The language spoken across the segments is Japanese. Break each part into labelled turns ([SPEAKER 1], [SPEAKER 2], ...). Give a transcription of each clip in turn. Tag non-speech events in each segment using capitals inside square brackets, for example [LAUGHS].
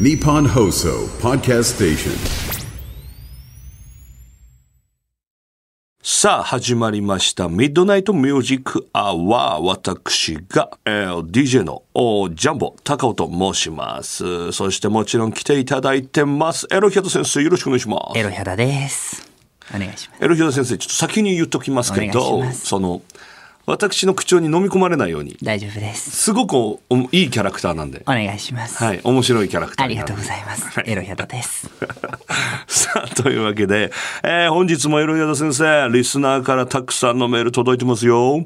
[SPEAKER 1] Nippon Hoso Podcast Station.
[SPEAKER 2] さあ始まりました「ミッドナイトミュージックアワー」私が、えー DJ のおージャンボ高尾と申しますそしてもちろん来ていただいてますエロヒャド先生よろしくお願いします
[SPEAKER 3] エロヒャダです。お願いします。
[SPEAKER 2] エロヒャド先生ちょっと先に言っときますけ
[SPEAKER 3] お
[SPEAKER 2] ど
[SPEAKER 3] 願いします
[SPEAKER 2] その私の口調に飲み込まれないように
[SPEAKER 3] 大丈夫です。
[SPEAKER 2] すごくおおいいキャラクターなんで
[SPEAKER 3] お願いします。
[SPEAKER 2] はい面白いキャラクター
[SPEAKER 3] あ
[SPEAKER 2] に
[SPEAKER 3] り
[SPEAKER 2] な
[SPEAKER 3] が
[SPEAKER 2] る
[SPEAKER 3] とうございます。エロヒャダです。
[SPEAKER 2] [LAUGHS] さあというわけで、えー本日もエロヒアダ先生リスナーからたくさんのメール届いてますよ、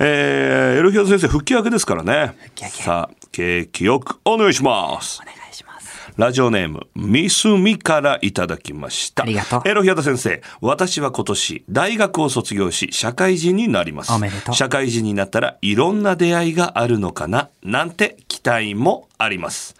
[SPEAKER 2] えーエロヒアダ先生復帰明けですからね
[SPEAKER 3] 帰明け
[SPEAKER 2] さあ景気よくお願いします
[SPEAKER 3] お願いします。
[SPEAKER 2] ラジオネームミスミからいただきました
[SPEAKER 3] ありがとう
[SPEAKER 2] エロヒアダ先生私は今年大学を卒業し社会人になります
[SPEAKER 3] おめでとう
[SPEAKER 2] 社会人になったらいろんな出会いがあるのかななんて期待もあります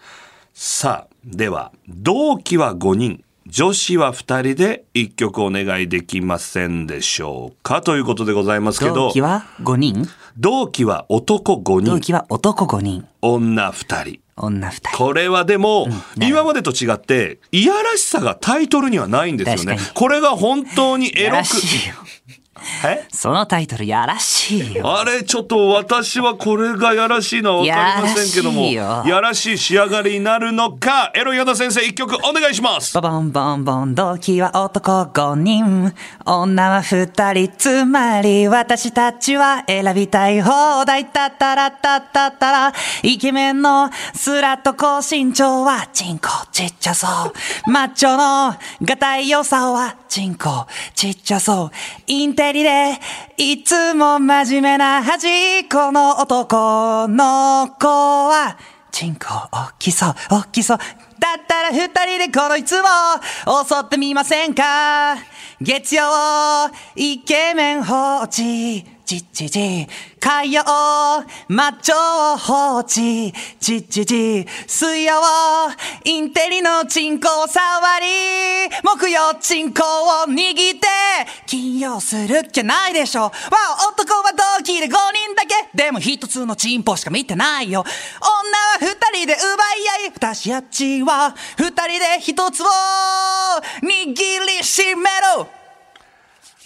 [SPEAKER 2] さあでは同期は5人女子は2人で1曲お願いできませんでしょうかということでございますけど
[SPEAKER 3] 同期は5人
[SPEAKER 2] 同期は男5
[SPEAKER 3] 同
[SPEAKER 2] 人
[SPEAKER 3] 期は男5人。
[SPEAKER 2] 女2人
[SPEAKER 3] 女2人。
[SPEAKER 2] これはでも、今までと違って、いやらしさがタイトルにはないんですよね
[SPEAKER 3] 確か。に
[SPEAKER 2] これが本当にエ
[SPEAKER 3] や
[SPEAKER 2] ロ
[SPEAKER 3] ら
[SPEAKER 2] く。
[SPEAKER 3] しいよ。
[SPEAKER 2] え
[SPEAKER 3] そのタイトルやらしいよ。
[SPEAKER 2] あれ、ちょっと私はこれがやらしいのはわかりませんけども、
[SPEAKER 3] やらしいよ
[SPEAKER 2] やらしい仕上がりになるのか、エロ矢田先生一曲お願いします。
[SPEAKER 3] ボボンボンボン、同期は男5人。女は2人。つまり私たちは選びたい放題。たったらたったったら。イケメンのスラッと高身長はチンコちっちゃそう。マッチョのがたい良さはチンコちっちゃそう。インテリでいつも真面目な端っこの男の子はチンコ大きそう、大きそう。だったら二人でこのいつを襲ってみませんか月曜、イケメン放置。ちっちち。火曜、マッチョ放置。ちっちち。水曜、インテリのチンコを触り。木曜、チンコを握って。金曜するっきゃないでしょ。わあ、男は同期で5人だけ。でも一つのチンポしか見てないよ。女は二人で奪い合い。私たちは二人で一つを握りしめろ。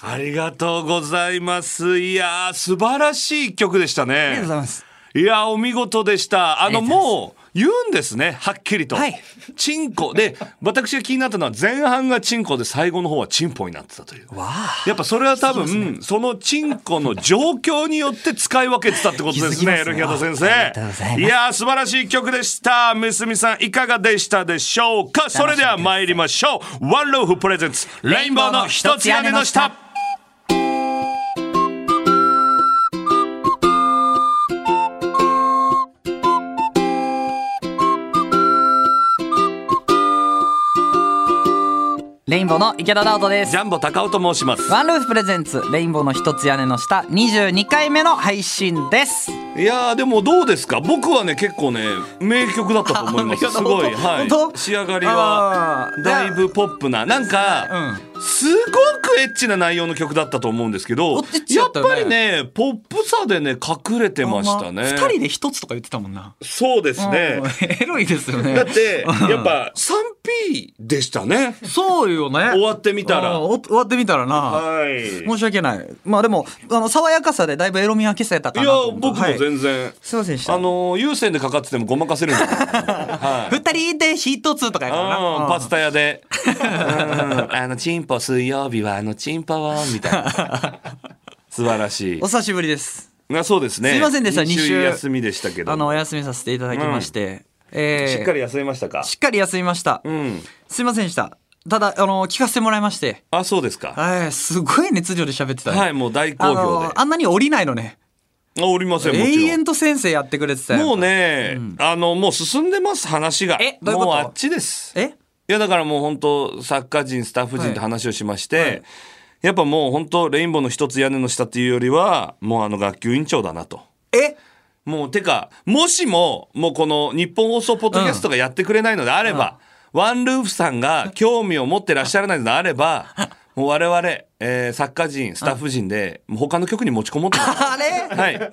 [SPEAKER 2] ありがとうございます。いやー、素晴らしい一曲でしたね。あり
[SPEAKER 3] がとうございます。
[SPEAKER 2] いやー、お見事でした。あの、
[SPEAKER 3] ありがとうござ
[SPEAKER 2] もう、言うんですね、はっきりと。
[SPEAKER 3] はい
[SPEAKER 2] チンコ。で、私が気になったのは、前半がチンコで、最後の方はチンポになってたという。
[SPEAKER 3] わあ。
[SPEAKER 2] やっぱそれは多分、そのチンコの状況によって使い分けてたってことで
[SPEAKER 3] 気づ
[SPEAKER 2] す
[SPEAKER 3] きま
[SPEAKER 2] ね、
[SPEAKER 3] す
[SPEAKER 2] エ
[SPEAKER 3] ね
[SPEAKER 2] ルヒアド先
[SPEAKER 3] ありがとうござい
[SPEAKER 2] 生。
[SPEAKER 3] ます
[SPEAKER 2] いやー、素晴らしい曲でした。むすみさん、いかがでしたでしょうかそれでは参りましょう。ワンローフプレゼンツ、レインボーの一つ屋根の下。
[SPEAKER 3] レインボーの池田直人です
[SPEAKER 2] ジ。ャンボ高尾と申します。
[SPEAKER 3] ワンルーフプレゼンツレインボーの一つ屋根の下22回目の配信です。
[SPEAKER 2] いやーでもどうですか僕はね結構ね名曲だったと思います
[SPEAKER 3] あ
[SPEAKER 2] すごい、
[SPEAKER 3] 本当本
[SPEAKER 2] はい、
[SPEAKER 3] 当
[SPEAKER 2] 仕上がりは
[SPEAKER 3] あー
[SPEAKER 2] だいぶポップななんか、すごくエッチな内容の曲だったと思うんですけど、
[SPEAKER 4] おエッチ
[SPEAKER 2] や
[SPEAKER 4] だ
[SPEAKER 2] っ
[SPEAKER 4] ったよね
[SPEAKER 2] ぱりねポップさでね隠れてましたね、
[SPEAKER 4] あんま二人で一つとか言ってたもんな。
[SPEAKER 2] そうですね
[SPEAKER 4] うんエロいですよね。
[SPEAKER 2] だってやっぱ 3P でしたね
[SPEAKER 4] そうよね。
[SPEAKER 2] 終わってみたら
[SPEAKER 4] うんお終わってみたらな。
[SPEAKER 2] はい
[SPEAKER 4] 申し訳ない。まあでも、あの、爽やかさでだいぶエロみは消せたか
[SPEAKER 2] い
[SPEAKER 4] な
[SPEAKER 2] や
[SPEAKER 4] と思った
[SPEAKER 2] 僕も
[SPEAKER 4] はい
[SPEAKER 2] 全然、
[SPEAKER 4] すいませんでし
[SPEAKER 2] あ
[SPEAKER 4] た。
[SPEAKER 2] のー有線でかかっててもごまかせるんだ
[SPEAKER 4] 二人で一つとかやから
[SPEAKER 2] うん、
[SPEAKER 4] な。
[SPEAKER 2] パスタ屋で。あの、チンポ水曜日はあの、チンポを、みたいな。
[SPEAKER 4] [LAUGHS]
[SPEAKER 2] 素晴らしい
[SPEAKER 4] お。久しぶりです。
[SPEAKER 2] あそうですね。
[SPEAKER 4] すいませんでした
[SPEAKER 2] 二
[SPEAKER 4] 二週
[SPEAKER 2] 休みでしたけど。
[SPEAKER 4] あの、お休みさせていただきまして。えー
[SPEAKER 2] しっかり休めましたか
[SPEAKER 4] しっかり休みました。
[SPEAKER 2] うん。
[SPEAKER 4] すいませんでした。ただ、あの、聞かせてもらいまして。
[SPEAKER 2] あ、そうですか。
[SPEAKER 4] はい、すごい熱量で喋ってたね。
[SPEAKER 2] はい、もう大好
[SPEAKER 4] あ
[SPEAKER 2] 評
[SPEAKER 4] の、あんなに降りないのね。
[SPEAKER 2] で。あ、おりません、も
[SPEAKER 4] 永
[SPEAKER 2] ちろん
[SPEAKER 4] 遠。と先生やってくれてたよ
[SPEAKER 2] もうね、あの、もう進んでます、話が。
[SPEAKER 4] えどういうこと
[SPEAKER 2] もうあっちです。
[SPEAKER 4] え
[SPEAKER 2] いやだからもう本当作家陣スタッフ陣と話をしまして、やっぱもう本当レインボーの一つ屋根の下っていうよりはもうあの学級委員長だなと。
[SPEAKER 4] え
[SPEAKER 2] もうてかもしももうこの日本放送ポッドキャストがやってくれないのであれば、ワンルーフさんが
[SPEAKER 3] [LAUGHS]
[SPEAKER 2] 興味を持ってらっしゃらないのであればもう我々、えー作家陣スタッフ陣で、もう他の局に持ちこもってます
[SPEAKER 3] [LAUGHS]
[SPEAKER 4] あれ
[SPEAKER 2] はい
[SPEAKER 4] あ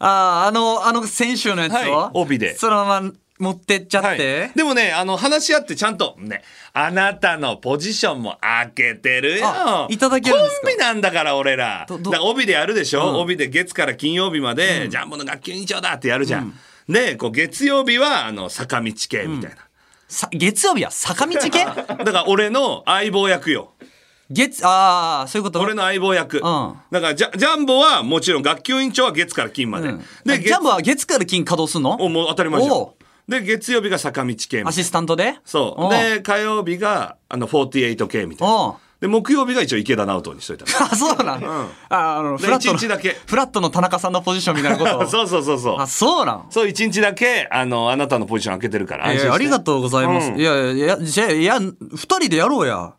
[SPEAKER 4] あ、あの、あの、先週のやつを、
[SPEAKER 2] はい帯で
[SPEAKER 4] そのまま
[SPEAKER 3] 持ってっちゃっ
[SPEAKER 2] はい
[SPEAKER 3] て、
[SPEAKER 2] でもね、あの、話し合ってちゃんと、ね、あなたのポジションも開けてるよ
[SPEAKER 3] あ。いただけるんですか
[SPEAKER 2] コンビなんだから、俺ら。だ
[SPEAKER 3] ど
[SPEAKER 2] から
[SPEAKER 3] ど
[SPEAKER 2] 帯でやるでしょ、帯で月から金曜日まで、ジャンボの学級委員長だってやるじゃん。で、こう、月曜日は、あの、坂道系みたいな。
[SPEAKER 3] さ月曜日は坂
[SPEAKER 2] [LAUGHS]
[SPEAKER 3] 道系
[SPEAKER 2] だから、俺の相棒役よ。
[SPEAKER 3] 月ああそういうこと
[SPEAKER 2] 俺の相棒役。だ
[SPEAKER 3] ん
[SPEAKER 2] からジャ、ジャンボは、もちろん学級委員長は月から金まで。
[SPEAKER 3] うんあ
[SPEAKER 2] で、
[SPEAKER 3] ジャンボ
[SPEAKER 2] は、
[SPEAKER 3] は月から金稼働すんの
[SPEAKER 2] おもう当たり前じゃん
[SPEAKER 3] お。
[SPEAKER 2] で、月曜日が坂道系みたいな
[SPEAKER 3] ア。シスタントで
[SPEAKER 2] そう。で、火曜日が、あの、48系みたい
[SPEAKER 3] おう [LAUGHS]
[SPEAKER 2] な。で、木曜日が一応池田直人にしといた
[SPEAKER 3] あそうなん、ああのフラットの
[SPEAKER 2] 一日だ
[SPEAKER 3] [LAUGHS]
[SPEAKER 2] け
[SPEAKER 3] フラットの田中さんのポジションみたいなこと
[SPEAKER 2] の。[LAUGHS]
[SPEAKER 3] を
[SPEAKER 2] そうそうそうそう。
[SPEAKER 3] あそうなん
[SPEAKER 2] そう、一日だけ、あの、あなたのポジション開けてるから安心し
[SPEAKER 3] い
[SPEAKER 2] て。
[SPEAKER 3] やありがとうございます、
[SPEAKER 2] うん
[SPEAKER 3] いやいやいやじゃあいや二人でやろうや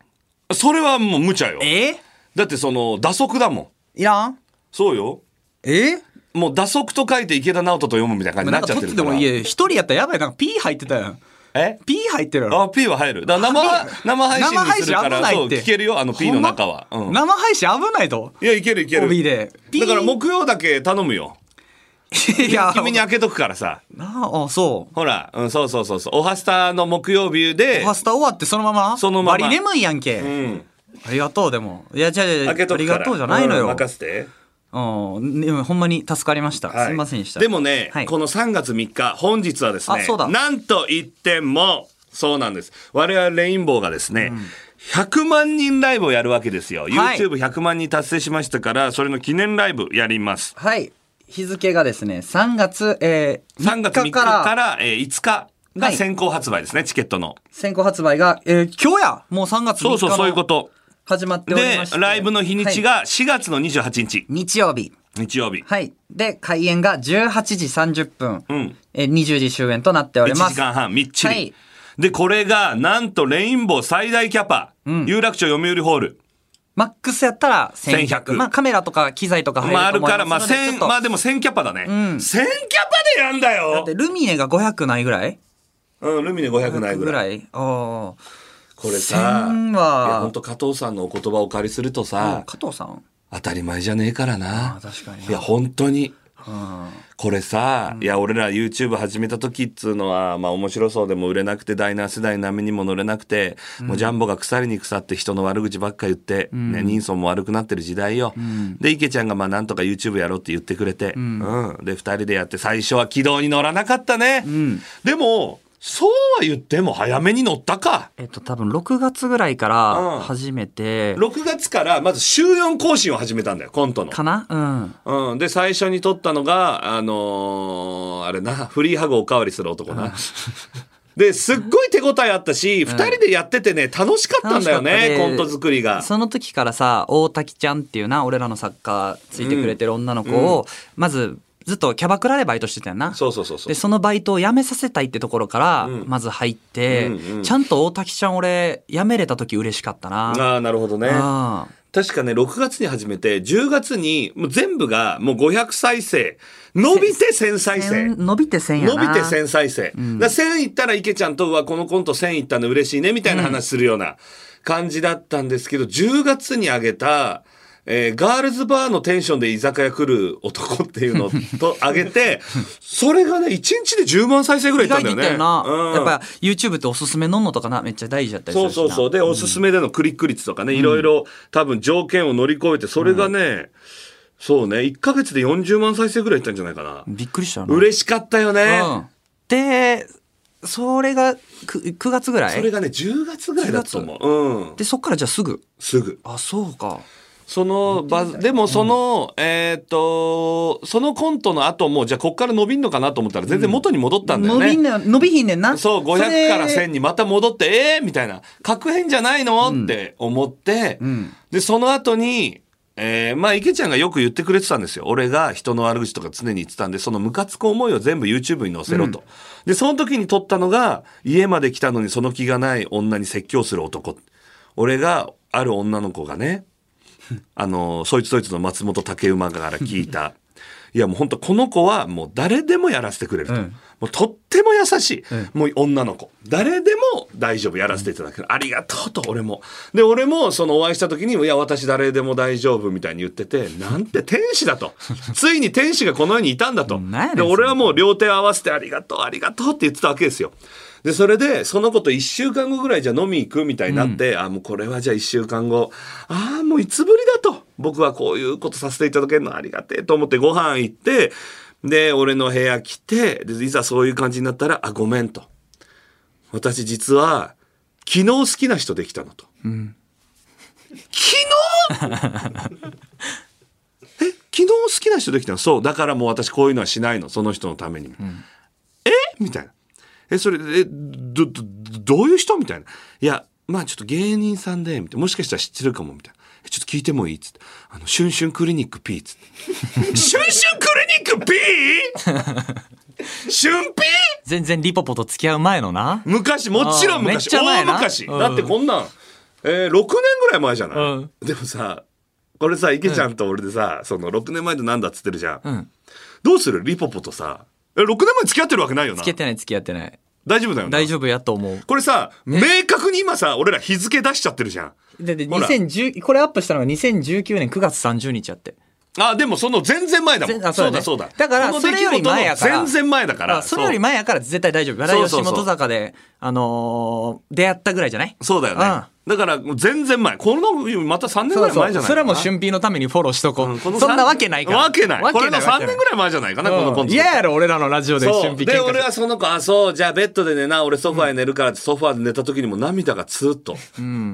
[SPEAKER 2] それはもう無茶よ。
[SPEAKER 3] え
[SPEAKER 2] だってその、打足だもん。
[SPEAKER 3] いらん
[SPEAKER 2] そうよ。
[SPEAKER 3] え
[SPEAKER 2] もう打足と書いて池田直人と読むみたいな感じに
[SPEAKER 3] な
[SPEAKER 2] なんっ
[SPEAKER 3] か
[SPEAKER 2] ちゃって
[SPEAKER 3] 取っ
[SPEAKER 2] るか
[SPEAKER 3] てて
[SPEAKER 2] ら。
[SPEAKER 3] もいや一人やったらやばいなんか P 入ってたやん
[SPEAKER 2] え
[SPEAKER 3] P 入ってるやろ
[SPEAKER 2] あ、P は入る。だから生は、生配信にするから、
[SPEAKER 3] 生配信
[SPEAKER 2] そう、
[SPEAKER 3] 危ないって
[SPEAKER 2] 聞けるよ、あの P の中は。
[SPEAKER 3] ほんま
[SPEAKER 2] うん。
[SPEAKER 3] 生配信危ないと
[SPEAKER 2] いや、いけるいける。
[SPEAKER 3] 帯で
[SPEAKER 2] だから木曜だけ頼むよ。
[SPEAKER 3] いや
[SPEAKER 2] 君に開けとくからさ。
[SPEAKER 3] なああそう
[SPEAKER 2] ほら、うん、そうそうそうそう。オハスタの木曜日で
[SPEAKER 3] フ、ァスタ終わってそのまま
[SPEAKER 2] そのまま
[SPEAKER 3] バリ眠いやんけ、
[SPEAKER 2] うん、
[SPEAKER 3] ありがとうでもいやじゃあじゃあ
[SPEAKER 2] 開けと
[SPEAKER 3] あ
[SPEAKER 2] く
[SPEAKER 3] り
[SPEAKER 2] から
[SPEAKER 3] がとうじゃないのよ、
[SPEAKER 2] うん任せて、
[SPEAKER 3] うん、でもほんまに助かりました、
[SPEAKER 2] はい
[SPEAKER 3] すいませんでした
[SPEAKER 2] でもね、
[SPEAKER 3] はい
[SPEAKER 2] この3月3日本日はですね
[SPEAKER 3] あそうだ
[SPEAKER 2] なんと言ってもそうなんです我々レインボーがですね、100万人ライブをやるわけですよ、
[SPEAKER 3] はい
[SPEAKER 2] YouTube100 万人達成しましたからそれの記念ライブやります
[SPEAKER 3] はい日付がですね3月、えー、
[SPEAKER 2] 3月3日
[SPEAKER 3] か
[SPEAKER 2] から
[SPEAKER 3] ら
[SPEAKER 2] えー5日が先行発売ですね、チケットの
[SPEAKER 3] 先行発売が、えー、今日やもう3月3日
[SPEAKER 2] そう
[SPEAKER 3] の
[SPEAKER 2] そうそういうこと
[SPEAKER 3] 始まっており
[SPEAKER 2] で
[SPEAKER 3] まして
[SPEAKER 2] ライブの日にち
[SPEAKER 3] はい
[SPEAKER 2] が4月の28日、
[SPEAKER 3] 日曜日
[SPEAKER 2] 日曜日、
[SPEAKER 3] はいで開演が18時30分、
[SPEAKER 2] ん
[SPEAKER 3] えー、20時終演となっており
[SPEAKER 2] 1
[SPEAKER 3] ま
[SPEAKER 2] 時
[SPEAKER 3] す
[SPEAKER 2] 間半みっちり、
[SPEAKER 3] はい
[SPEAKER 2] でこれがなんとレインボー最大キャパ、有楽町読売ホール
[SPEAKER 3] マックスやったら
[SPEAKER 2] 1100
[SPEAKER 3] 1100まあカメラとか機材とか入る
[SPEAKER 2] まああ
[SPEAKER 3] と
[SPEAKER 2] る
[SPEAKER 3] 思います
[SPEAKER 2] からまあ
[SPEAKER 3] の
[SPEAKER 2] 1000
[SPEAKER 3] でちょっと
[SPEAKER 2] まあでも1000キャパだね、1000キャパでやんだ
[SPEAKER 3] だ
[SPEAKER 2] よ
[SPEAKER 3] ってルミネが500ないぐらい
[SPEAKER 2] うんルミネ500ないぐらい
[SPEAKER 3] いああ
[SPEAKER 2] これさ
[SPEAKER 3] 1000
[SPEAKER 2] い
[SPEAKER 3] は
[SPEAKER 2] や本当加藤さんのお言葉をお借りするとさ、
[SPEAKER 3] 加藤さん
[SPEAKER 2] 当たり前じゃねえからな
[SPEAKER 3] あ確かにない
[SPEAKER 2] や本当にこれさ、いや俺ら YouTube 始めた時っつうのはまあ面白そうでも売れなくてダイナー世代の波にも乗れなくて、もうジャンボが腐りに腐って人の悪口ばっか言って、ね、人相も悪くなってる時代よ、で池ちゃんがまあなんとか YouTube やろうって言ってくれて、うんで2人でやって最初は軌道に乗らなかったね、でもそうは言っても早めに乗ったか
[SPEAKER 3] えっと多分6月ぐらいか
[SPEAKER 2] うん
[SPEAKER 3] ら始めて、
[SPEAKER 2] 6月からまず週4更新を始めたんだよコントの
[SPEAKER 3] かなうん
[SPEAKER 2] うん、で最初に撮ったのがあのーあれな [LAUGHS] フリーハグおかわりする男な。 [LAUGHS] ですっごい手応えあったし、二人でやっててね楽しかったんだよ
[SPEAKER 3] 楽し
[SPEAKER 2] ね
[SPEAKER 3] かった
[SPEAKER 2] コ
[SPEAKER 3] ね
[SPEAKER 2] ント作りが。
[SPEAKER 3] その時からさ大滝ちゃんっていうな俺らの作家ついてくれてる女の子を、まずずっとキャバクラでバイトしてたよな
[SPEAKER 2] そうそうそうそう
[SPEAKER 3] で。そのバイトを辞めさせたいってところから
[SPEAKER 2] ん
[SPEAKER 3] まず入って、
[SPEAKER 2] うんうん
[SPEAKER 3] ちゃんと大滝ちゃん俺辞めれた時嬉しかったな
[SPEAKER 2] ああなるほどね。
[SPEAKER 3] あ
[SPEAKER 2] 確かね6月に始めて10月にもう全部がもう500再生伸びて1000
[SPEAKER 3] あ
[SPEAKER 2] 再生。
[SPEAKER 3] 伸びて1000や
[SPEAKER 2] 伸
[SPEAKER 3] な
[SPEAKER 2] びて1000再生。だから1000いったら池ちゃんとはこのコント1000いったの嬉しいねみたいな話するような感じだったんですけど、10月に上げた、えーガールズバーのテンションで居酒屋来る男っていうのと上げて、
[SPEAKER 3] [LAUGHS]
[SPEAKER 2] それがね、1日で10万再生ぐらい
[SPEAKER 3] 意
[SPEAKER 2] いったん
[SPEAKER 3] 外
[SPEAKER 2] だ
[SPEAKER 3] とい
[SPEAKER 2] よね。
[SPEAKER 3] ったよな、
[SPEAKER 2] うん
[SPEAKER 3] やっぱ YouTube っておすすめのんのとかなめっちゃ大事だったりす
[SPEAKER 2] そ
[SPEAKER 3] る
[SPEAKER 2] う
[SPEAKER 3] しな
[SPEAKER 2] そうそう。で、おすすめでのクリック率とかね、いろいろ多分条件を乗り越えて、それがね、そうね、1ヶ月で40万再生ぐらいいったんじゃないかな。
[SPEAKER 3] びっくりしたよな
[SPEAKER 2] 嬉しかったよね。
[SPEAKER 3] うん、でそれが 9, 月ぐらい
[SPEAKER 2] それがね、10月ぐらいだと思う。うん。
[SPEAKER 3] でそっからじゃあすぐ
[SPEAKER 2] すぐ。
[SPEAKER 3] あそうか
[SPEAKER 2] そのバズ、でもその、えーっと、そのコントの後も、じゃあこっから伸びんのかなと思ったら全然元に戻ったんだよ
[SPEAKER 3] 伸びん
[SPEAKER 2] ね。
[SPEAKER 3] な伸びひんねんな
[SPEAKER 2] そう、
[SPEAKER 3] そ
[SPEAKER 2] 500
[SPEAKER 3] れ
[SPEAKER 2] から1000にまた戻って、えーみたいな。確変じゃないの、って思って、
[SPEAKER 3] ん
[SPEAKER 2] で、その後に、えーまあ、池ちゃんがよく言ってくれてたんですよ。俺が人の悪口とか常に言ってたんで、そのムカつく思いを全部 YouTube に載せろと。で、その時に撮ったのが、家まで来たのにその気がない女に説教する男。俺が、ある女の子がね、あの、そいつそいつの松本竹馬から聞いた。 [LAUGHS] いやもう本当この子はもう誰でもやらせてくれると。
[SPEAKER 3] うん
[SPEAKER 2] もうとっても優しい、
[SPEAKER 3] ん
[SPEAKER 2] もう女の子誰でも大丈夫やらせていただける、ありがとうと俺もで俺もそのお会いした時に「いや私誰でも大丈夫」みたいに言っててなんて天使だとついに天使がこの世にいたんだと
[SPEAKER 3] なんやねん
[SPEAKER 2] で俺はもう両手を合わせて「ありがとうありがとう」って言ってたわけですよでそれでその子と1週間後ぐらいじゃ飲み行くみたいになって、あもうこれはじゃあ1週間後ああもういつぶりだと僕はこういうことさせていただけるのありがてえと思ってご飯行ってで俺の部屋来てでいざそういう感じになったら「あごめん」と「私実は昨日好きな人できたの」と。昨日え昨日好きな人できたのそうだからもう私こういうのはしないのその人のためにも、えみたいなえそれえどどどういう人みたいないやまあちょっと芸人さんでみたいなもしかしたら知ってるかもみたいなえちょっと聞いてもいいっつって「あのシュンシュンクリニック P」っつって「シュンシュンクリニック P」シュンピー
[SPEAKER 3] 全然リポポと付き合う前のな。
[SPEAKER 2] 昔もちろん
[SPEAKER 3] あーめっ
[SPEAKER 2] 昔
[SPEAKER 3] ちゃ前
[SPEAKER 2] 大
[SPEAKER 3] な
[SPEAKER 2] 昔、
[SPEAKER 3] うん
[SPEAKER 2] だってこんなん、えー、6年ぐらい前じゃない、
[SPEAKER 3] うん
[SPEAKER 2] でもさこれさ池ちゃんと俺でさ、その6年前となんだっつってるじゃん、
[SPEAKER 3] ん
[SPEAKER 2] どうするリポポとさえ6年前付き合ってるわけないよな
[SPEAKER 3] 付き合ってない付き合ってない。
[SPEAKER 2] 大丈夫だよな
[SPEAKER 3] 大丈夫やと思う。
[SPEAKER 2] これさ明確に今さ俺ら日付出しちゃってるじゃん
[SPEAKER 3] で、で、
[SPEAKER 2] ほら
[SPEAKER 3] 2010、これアップしたのが2019年9月30日やって。
[SPEAKER 2] あでもその全然前だもん
[SPEAKER 3] 全あ
[SPEAKER 2] そ
[SPEAKER 3] そううだ
[SPEAKER 2] だ
[SPEAKER 3] ね
[SPEAKER 2] そうだ
[SPEAKER 3] だから
[SPEAKER 2] この
[SPEAKER 3] そ
[SPEAKER 2] 出
[SPEAKER 3] れ
[SPEAKER 2] 来
[SPEAKER 3] より
[SPEAKER 2] 事の
[SPEAKER 3] 前やから
[SPEAKER 2] 全然前だから
[SPEAKER 3] あそれより前やから絶対大丈夫。笑い
[SPEAKER 2] そう
[SPEAKER 3] 吉
[SPEAKER 2] そうそう
[SPEAKER 3] 本坂で、あのー出会ったぐらいじゃない
[SPEAKER 2] そうそうだよね、だからもう全然前このまた3年ぐ
[SPEAKER 3] そ
[SPEAKER 2] ら
[SPEAKER 3] う
[SPEAKER 2] い
[SPEAKER 3] そう
[SPEAKER 2] 前じゃないかな
[SPEAKER 3] それはもう俊平のためにフォローしとこ
[SPEAKER 2] う
[SPEAKER 3] う。
[SPEAKER 2] んこの
[SPEAKER 3] そんな
[SPEAKER 2] 三
[SPEAKER 3] わけないから。
[SPEAKER 2] わけないこれの3年ぐ
[SPEAKER 3] い。
[SPEAKER 2] らい前じゃないかな、このコント
[SPEAKER 3] 嫌ややろ、俺らのラジオで俊
[SPEAKER 2] そう
[SPEAKER 3] 平喧嘩
[SPEAKER 2] で俺
[SPEAKER 3] して
[SPEAKER 2] はその子あそうじゃあベッドで寝な俺ソファーで寝るからってソファーで寝た時にも涙がツーッと、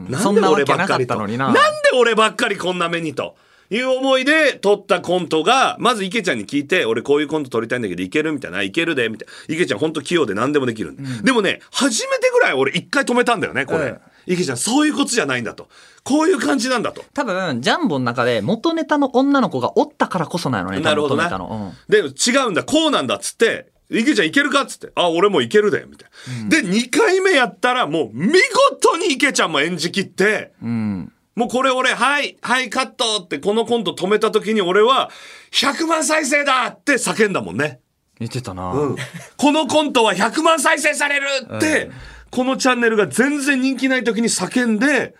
[SPEAKER 2] な
[SPEAKER 3] そ
[SPEAKER 2] ん
[SPEAKER 3] ん
[SPEAKER 2] で
[SPEAKER 3] な
[SPEAKER 2] 俺
[SPEAKER 3] わけ
[SPEAKER 2] ば
[SPEAKER 3] な
[SPEAKER 2] っ
[SPEAKER 3] か
[SPEAKER 2] か
[SPEAKER 3] っ
[SPEAKER 2] り
[SPEAKER 3] た
[SPEAKER 2] となん
[SPEAKER 3] の
[SPEAKER 2] で
[SPEAKER 3] にな
[SPEAKER 2] 俺ばっかりこんな目にという思いで撮ったコントがまず池ちゃんに聞いて俺こういうコント撮りたいんだけどいけるみたいないけるでみたいな池ちゃんほんと器用で何でもできるんで、でもね初めてぐらい俺一回止めたんだよねこれ、
[SPEAKER 3] うん
[SPEAKER 2] 池ちゃんそういうことじゃないんだとこういう感じなんだと
[SPEAKER 3] 多分、ジャンボの中で元ネタの女の子がおったからこそなのね、
[SPEAKER 2] なるほど
[SPEAKER 3] 元
[SPEAKER 2] な
[SPEAKER 3] ネタの。
[SPEAKER 2] で、違うんだ、こうなんだっつって、池ちゃんいけるかっつって、あ、俺もいけるで、みたいな。で、2回目やったら、もう見事に池ちゃんも演じきって、
[SPEAKER 3] うん。うん。
[SPEAKER 2] もうこれ俺、はい、はい、カットってこのコント止めた時に俺は、100万再生だって叫んだもんね。
[SPEAKER 3] 言ってたな。
[SPEAKER 2] このコントは100万再生されるって、このチャンネルが全然人気ない時に叫んで、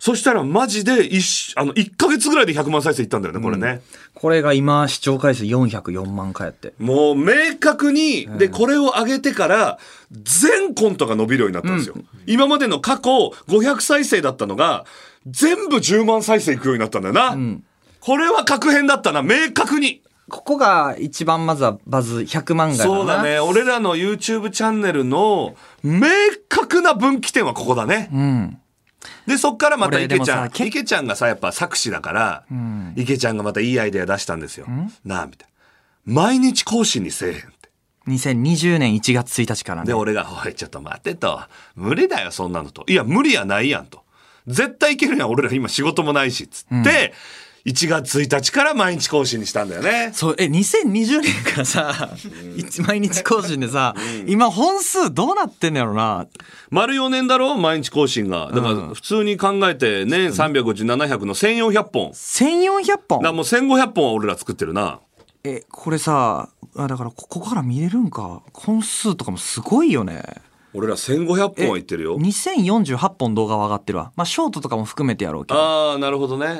[SPEAKER 2] そしたらマジで一あの、1ヶ月ぐらいで100万再生いったんだよね、これね。
[SPEAKER 3] これが今、視聴回数404万回やって。
[SPEAKER 2] もう明確に、で、これを上げてから、全コントが伸びるようになったんですよ。今までの過去500再生だったのが、全部10万再生いくようになったんだよな。これは確変だったな、明確に。
[SPEAKER 3] ここが一番まずはバズ100万回だな。
[SPEAKER 2] そうだね、俺らの YouTube チャンネルの明確な分岐点はここだね。
[SPEAKER 3] うん。
[SPEAKER 2] で、そっからまた
[SPEAKER 3] 俺
[SPEAKER 2] 池ち
[SPEAKER 3] で
[SPEAKER 2] ゃ
[SPEAKER 3] もさ
[SPEAKER 2] ん、
[SPEAKER 3] け
[SPEAKER 2] 池ちゃんがさ、やっぱ作詞だから、池ちゃんがまたいいアイデア出したんですよ。なあ、みたいな。毎日更新にせえへんって。
[SPEAKER 3] 2020年1月1日から
[SPEAKER 2] で、
[SPEAKER 3] ね。
[SPEAKER 2] 俺が、おい、ちょっと待ってと。無理だよ、そんなのと。いや、無理やないやんと。絶対いけるやん、俺ら今仕事もないし、つって、1月1日から毎日更新にしたんだよね。
[SPEAKER 3] そう、え、2020年からさ、一毎日更新でさ、今本数どうなってんのやろな。
[SPEAKER 2] 丸4年だろ毎日更新が。だから、普通に考えて、年350、700の1400本。
[SPEAKER 3] 1400
[SPEAKER 2] だから
[SPEAKER 3] 本
[SPEAKER 2] もう1500本は俺ら作ってるな。
[SPEAKER 3] え、これさ、あだからここから見れるんか。本数とかもすごいよね。
[SPEAKER 2] 俺ら1500本はいってるよ。
[SPEAKER 3] 2048本動画は上がってるわ。まあ、ショートとかも含めてやろうけど。だか
[SPEAKER 2] ああ、なるほどね、うん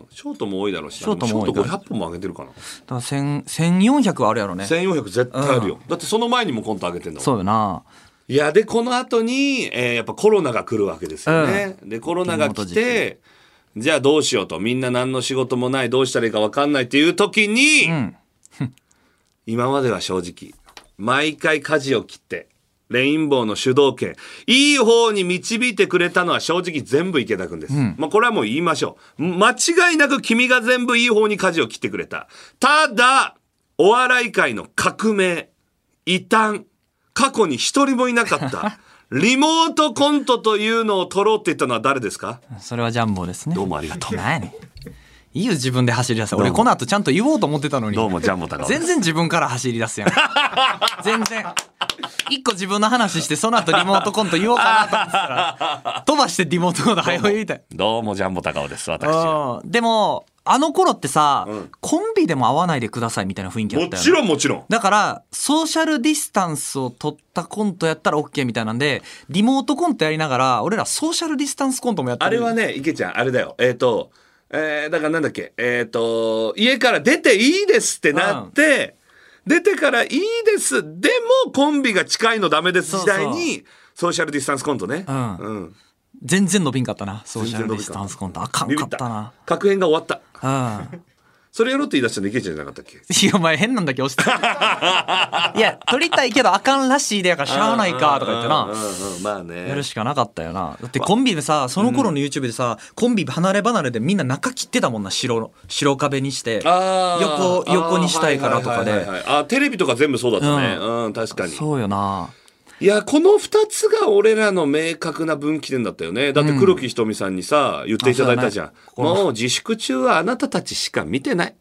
[SPEAKER 2] ん。ショートも多いだろうし。
[SPEAKER 3] ショートも多い
[SPEAKER 2] ショート500本も上げてるかな。
[SPEAKER 3] ら1000 1400はあるやろね。
[SPEAKER 2] 1400絶対あるよ、だってその前にもコント上げてんだもん。
[SPEAKER 3] そうよな。
[SPEAKER 2] いやでこの後に、えーやっぱコロナが来るわけですよね。でコロナが来てじゃあどうしようとみんな何の仕事もないどうしたらいいか分かんないっていう時に、
[SPEAKER 3] ん
[SPEAKER 2] 今までは正直毎回舵を切ってレインボーの主導権いい方に導いてくれたのは正直全部池田君です、まあ、これはもう言いましょう間違いなく君が全部いい方に舵を切ってくれたただお笑い界の革命異端過去に一人もいなかった
[SPEAKER 3] [LAUGHS]
[SPEAKER 2] リモートコントというのを取ろうって言ったのは誰ですか
[SPEAKER 3] それはジャンボですね。
[SPEAKER 2] どうもありがとう
[SPEAKER 3] 何やねん。いいよ、自分で走り出せ。俺、この後ちゃんと言おうと思ってたのに。 [LAUGHS]
[SPEAKER 2] どうもジャンボ高尾です
[SPEAKER 3] 全然自分から走り出すやん。全然。一個自分の話して、その後リモートコント言おうかなと思ってたら、飛ばしてリモートコント早いみたい。
[SPEAKER 2] どうもジャンボ高尾です私
[SPEAKER 3] うんでも、あの頃ってさ、コンビでも会わないでくださいみたいな雰囲気あ
[SPEAKER 2] も
[SPEAKER 3] ったよね
[SPEAKER 2] ちろんもちろん。
[SPEAKER 3] だから、ソーシャルディスタンスを取ったコントやったら OK みたいなんで、リモートコントやりながら、俺らソーシャルディスタンスコントもやってる。
[SPEAKER 2] あれはね、池ちゃん、あれだよ。えっ、と、えーだからなんだっけ、えっ、と、家から出ていいですってなって、出てからいいです。でも、コンビが近いのダメです時代に、ソーシャルディスタンスコントね。
[SPEAKER 3] ん
[SPEAKER 2] うん。
[SPEAKER 3] 全然伸びんかったな、ソーシャルディスタンスコント。あかんかったな。
[SPEAKER 2] 確変が終わった。
[SPEAKER 3] うん。
[SPEAKER 2] それやろうって言い出したの池ちゃんじゃなかったっけ
[SPEAKER 3] いや、お前変なんだけど押して。いや、撮りたいけどあかんらしいでやからしゃあないか、とか言って
[SPEAKER 2] う
[SPEAKER 3] な。
[SPEAKER 2] んうんうん、まあね。
[SPEAKER 3] やるしかなかったよな。だってコンビでさ、その頃の YouTube でさ、コンビ離れ離れでみんな中切ってたもんな、白の、白壁にして。
[SPEAKER 2] あー
[SPEAKER 3] 横、横にしたいからとか
[SPEAKER 2] あーはいはい
[SPEAKER 3] で。
[SPEAKER 2] はいはいあーテレビとか全部そうだったね。
[SPEAKER 3] う
[SPEAKER 2] うん、確かに。
[SPEAKER 3] そうよな。
[SPEAKER 2] いや、この2つが俺らの明確な分岐点だったよね。だって黒木ひとみさんにさ、言っていただいたじゃん。
[SPEAKER 3] そうだね
[SPEAKER 2] もう自粛中はあなたたちしか見てない。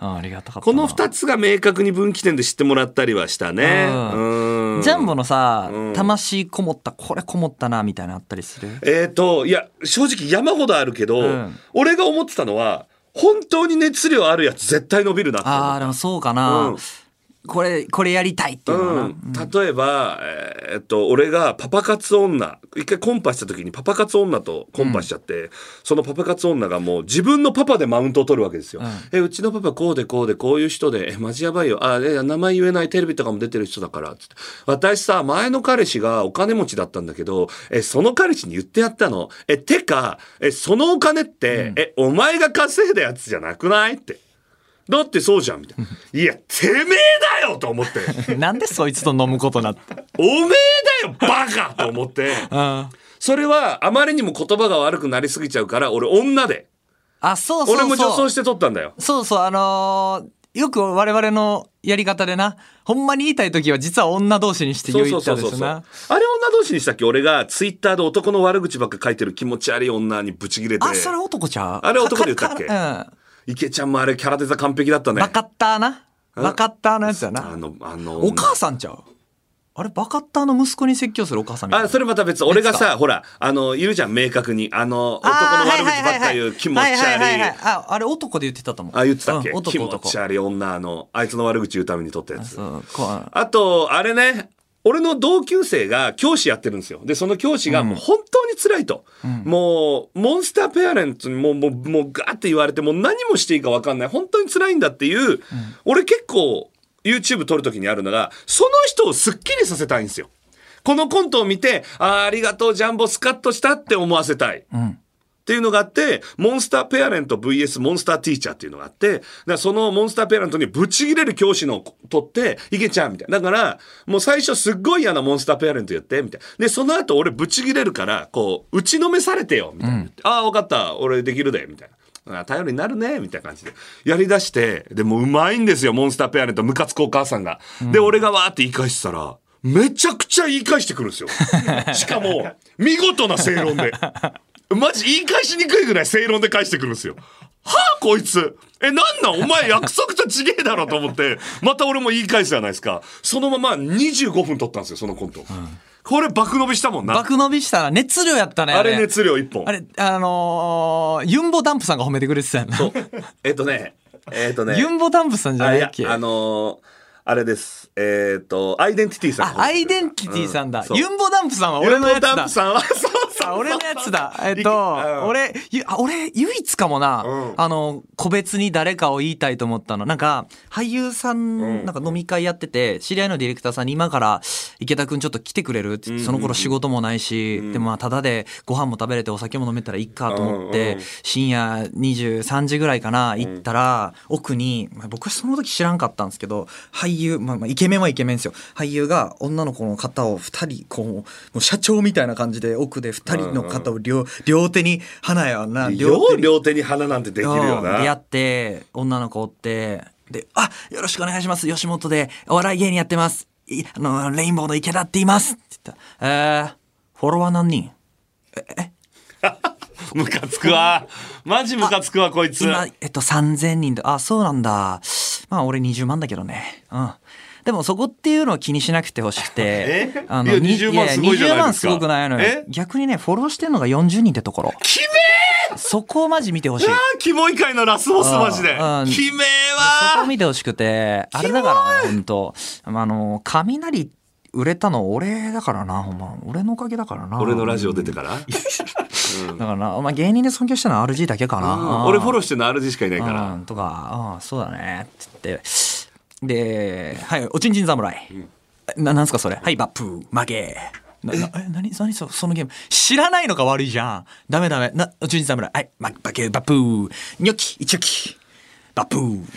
[SPEAKER 3] うん、ありがたかった
[SPEAKER 2] こ
[SPEAKER 3] な。
[SPEAKER 2] の2つが明確に分岐点で知ってもらったりはしたね。
[SPEAKER 3] うん
[SPEAKER 2] うん
[SPEAKER 3] ジャンボのさ、
[SPEAKER 2] うん
[SPEAKER 3] 魂こもった、これこもったな、みたいなのあったりする
[SPEAKER 2] えっ、と、いや、正直山ほどあるけど、
[SPEAKER 3] うん
[SPEAKER 2] 俺が思ってたのは、本当に熱量あるやつ絶対伸びるなって思った
[SPEAKER 3] ああ、でもそうかな、
[SPEAKER 2] うん
[SPEAKER 3] これ、これやりたいっていうのかな。
[SPEAKER 2] うん、例えば、えーっと俺がパパ活女一回コンパした時にパパ活女とコンパしちゃって、そのパパ活女がもう自分のパパでマウントを取るわけですよ。
[SPEAKER 3] うん
[SPEAKER 2] えうちのパパこうでこうでこういう人でえマジやばいよあえ名前言えないテレビとかも出てる人だからつって私さ前の彼氏がお金持ちだったんだけどえその彼氏に言ってやったのえてかえそのお金って、えお前が稼いだやつじゃなくないって。だってそうじゃんみたいな。いや、てめえだよと思って。
[SPEAKER 3] [LAUGHS] なんでそいつと飲むことなって。
[SPEAKER 2] おめえだよバカと思って
[SPEAKER 3] あ
[SPEAKER 2] それはあまりにも言葉が悪くなりすぎちゃうから俺女で
[SPEAKER 3] そうそうそう。
[SPEAKER 2] 俺も女装して撮ったんだよ
[SPEAKER 3] そうそう、あのーよく我々のやり方でな、ほんまに言いたい時は実は女同士にして
[SPEAKER 2] そ
[SPEAKER 3] 言
[SPEAKER 2] うそうう
[SPEAKER 3] た
[SPEAKER 2] そ
[SPEAKER 3] ん
[SPEAKER 2] う
[SPEAKER 3] で
[SPEAKER 2] そう
[SPEAKER 3] すな。
[SPEAKER 2] あれ女同士にしたっけ俺がツイッターで男の悪口ばっか書いてる気持ち悪い女にブチギレて
[SPEAKER 3] あ、それ男ちゃう
[SPEAKER 2] あれ男で言ったっけ
[SPEAKER 3] かか
[SPEAKER 2] 池ちゃんもあれキャラデザ完璧だった
[SPEAKER 3] うん。
[SPEAKER 2] ね
[SPEAKER 3] バカッターな。バカッターのやつや
[SPEAKER 2] あ
[SPEAKER 3] な。
[SPEAKER 2] のあの
[SPEAKER 3] お母さんちゃうあれ、バカッターの息子に説教するお母さんみたいな
[SPEAKER 2] あ。それまた別俺がさほらあのいるじゃん明確にあの男
[SPEAKER 3] あ
[SPEAKER 2] の
[SPEAKER 3] ー
[SPEAKER 2] 悪口ばっか言う気持ち悪い
[SPEAKER 3] はははははああれ男で言ってたと思う
[SPEAKER 2] あ言ってたっけ
[SPEAKER 3] うん
[SPEAKER 2] 気持
[SPEAKER 3] 男男
[SPEAKER 2] ち悪い女のあいつの悪口言うために撮ったやつ
[SPEAKER 3] そうこう
[SPEAKER 2] あと、あれね、俺の同級生が教師やってるんですよ。で、その教師がもう本当に辛いと。もう、モンスターペアレントにもう、もう、もうガーって言われて、もう何もしていいか分かんない。本当に辛いんだっていう、俺結構 YouTube 撮るときにあるのが、その人をスッキリさせたいんですよ。このコントを見て、あーありがとう、ジャンボスカッとしたって思わせたい。っていうのがあって、モンスターペアレント VS モンスターティーチャーっていうのがあって、だからそのモンスターペアレントにぶち切れる教師のを取って、いけちゃうみたいな。だから、もう最初すっごい嫌なモンスターペアレントやって、みたいな。で、その後俺ぶち切れるから、こう、打ちのめされてよ、みたいな。ああ、わかった、俺できるで、みたいな。あー頼りになるねみたいな感じでやりだしてでもううまいんですよモンスターペアレントムカつくお母さんが、で俺がわーって言い返したらめちゃくちゃ言い返してくるんですよしかも見事な正論でマジ言い返しにくいぐらい正論で返してくるんですよはあこいつえなんなんお前約束と違えだろと思ってまた俺も言い返すじゃないですかそのまま25分取ったんですよそのコント、これ爆伸びしたもんな
[SPEAKER 3] 爆伸びしたら熱量やったね
[SPEAKER 2] あれ熱量1本
[SPEAKER 3] あれあのーユンボダンプさんが褒めてくれてたよな
[SPEAKER 2] そうえっとねえっとね
[SPEAKER 3] ユンボダンプさんじゃ
[SPEAKER 2] あ
[SPEAKER 3] ないいっ
[SPEAKER 2] や
[SPEAKER 3] け
[SPEAKER 2] あ
[SPEAKER 3] あ
[SPEAKER 2] のーあれですえっ、とアイデンティティさん
[SPEAKER 3] アイデンティティさんだ、
[SPEAKER 2] そう
[SPEAKER 3] ユンボダンプさんは
[SPEAKER 2] 俺
[SPEAKER 3] 俺の
[SPEAKER 2] の
[SPEAKER 3] やつ
[SPEAKER 2] ダン
[SPEAKER 3] だ
[SPEAKER 2] プさんはそうそうそう
[SPEAKER 3] あ俺のや
[SPEAKER 2] [LAUGHS]
[SPEAKER 3] つだ。えっ
[SPEAKER 2] い
[SPEAKER 3] と
[SPEAKER 2] うん、
[SPEAKER 3] 俺、ゆあ俺、唯一かもな、
[SPEAKER 2] うん
[SPEAKER 3] あの、個別に誰かを言いたいと思ったの。なんか、俳優さん、なんか飲み会やってて、知り合いのディレクターさんに今から、池田くんちょっと来てくれるって言って、その頃仕事もないし、でもまあ、ただでご飯も食べれてお酒も飲めたらいいかと思って、
[SPEAKER 2] うんうん
[SPEAKER 3] 深夜23時ぐらいかな、行ったら、奥に、まあ僕はその時知らんかったんですけど、俳優、まあ、まあイケメンはイケメンですよ。俳優が女の子の方を二人、こう、もう社長みたいな感じで、奥で二人の方を両、両手に、花やな、
[SPEAKER 2] 両手
[SPEAKER 3] に
[SPEAKER 2] 両手に花なんてできるよ
[SPEAKER 3] うん
[SPEAKER 2] な
[SPEAKER 3] でやって、女の子おって、で、あ、よろしくお願いします。吉本で、お笑い芸人やってます。いあの、レインボーの池田って言います。って言ったら。えー、フォロワー何人
[SPEAKER 2] ムカつくわ [LAUGHS] マジムカつくわこいつ
[SPEAKER 3] 今、えっと、3000人で、あ、そうなんだ。まあ、俺20万だけどね。うん。でも、そこっていうのを気にしなくてほしくて。
[SPEAKER 2] [LAUGHS] え
[SPEAKER 3] あ
[SPEAKER 2] いや
[SPEAKER 3] に
[SPEAKER 2] 20万すごいじゃないですか
[SPEAKER 3] やや20万すごくないの
[SPEAKER 2] え
[SPEAKER 3] よ。逆にね、フォローしてんのが40人ってところ。
[SPEAKER 2] きめ
[SPEAKER 3] そこをマジ見てほしい。
[SPEAKER 2] キモい会のラスボスマジで
[SPEAKER 3] うんうん。
[SPEAKER 2] きめえ
[SPEAKER 3] そこを
[SPEAKER 2] わ
[SPEAKER 3] 見てほしくて、あれだからね、ほんと。あの、雷売れたの俺だからな、ほんま。俺のおかげだからな。
[SPEAKER 2] 俺のラジオ出てから、
[SPEAKER 3] だからな、まあ、芸人で尊敬してるのは RG だけかな。
[SPEAKER 2] うん [LAUGHS] 俺フォロ
[SPEAKER 3] ー
[SPEAKER 2] ーしてるの RG しかいないか
[SPEAKER 3] う
[SPEAKER 2] ら。
[SPEAKER 3] ん、とか、うん、そうだね、って言って。で、はい、おちんちん侍。な、なんすかそれ。はい、バップー、負け。な、なえ、なに、なにそ、そのゲーム。知らないのが悪いじゃん。ダメダメ。な、おちんちん侍。はい、ま、負け、バップー。ニョキ、一ョキ。バップー。って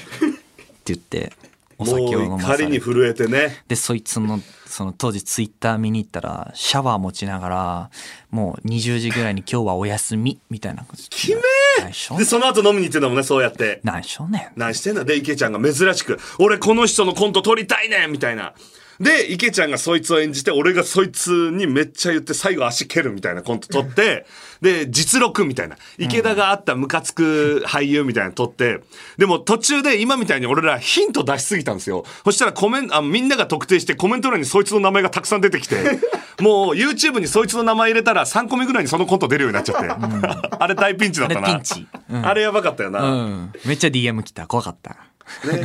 [SPEAKER 3] 言って、お酒を飲
[SPEAKER 2] もう
[SPEAKER 3] まされ
[SPEAKER 2] 怒
[SPEAKER 3] て
[SPEAKER 2] りに震えてね。
[SPEAKER 3] でそいつのその当時ツイッター見に行ったらシャワー持ちながらもう20時ぐらいに今日はお休みみたいな
[SPEAKER 2] きめえ
[SPEAKER 3] 何しょん
[SPEAKER 2] で、その後飲みに行ってんだもんね、そうやって。
[SPEAKER 3] 何しょんねん
[SPEAKER 2] 何してんだで、池ちゃんが珍しく、俺この人のコント撮りたいねんみたいな。で、池ちゃんがそいつを演じて、俺がそいつにめっちゃ言って、最後足蹴るみたいなコント撮
[SPEAKER 3] [LAUGHS]
[SPEAKER 2] って、で、実録みたいな。池田があったムカつく俳優みたいなの撮って、でも途中で今みたいに俺らヒント出しすぎたんですよ。そしたらコメンあみんなが特定してコメント欄にそいつの名前がたくさん出
[SPEAKER 3] [LAUGHS]
[SPEAKER 2] てきて、もう YouTube にそいつの名前入れたら3個目ぐらいにそのコント出るようになっちゃって。あれ大ピンチだったな。
[SPEAKER 3] あれピンチうん
[SPEAKER 2] あれやばかったよな。
[SPEAKER 3] うんめっちゃ DM 来た怖かった、 [LAUGHS]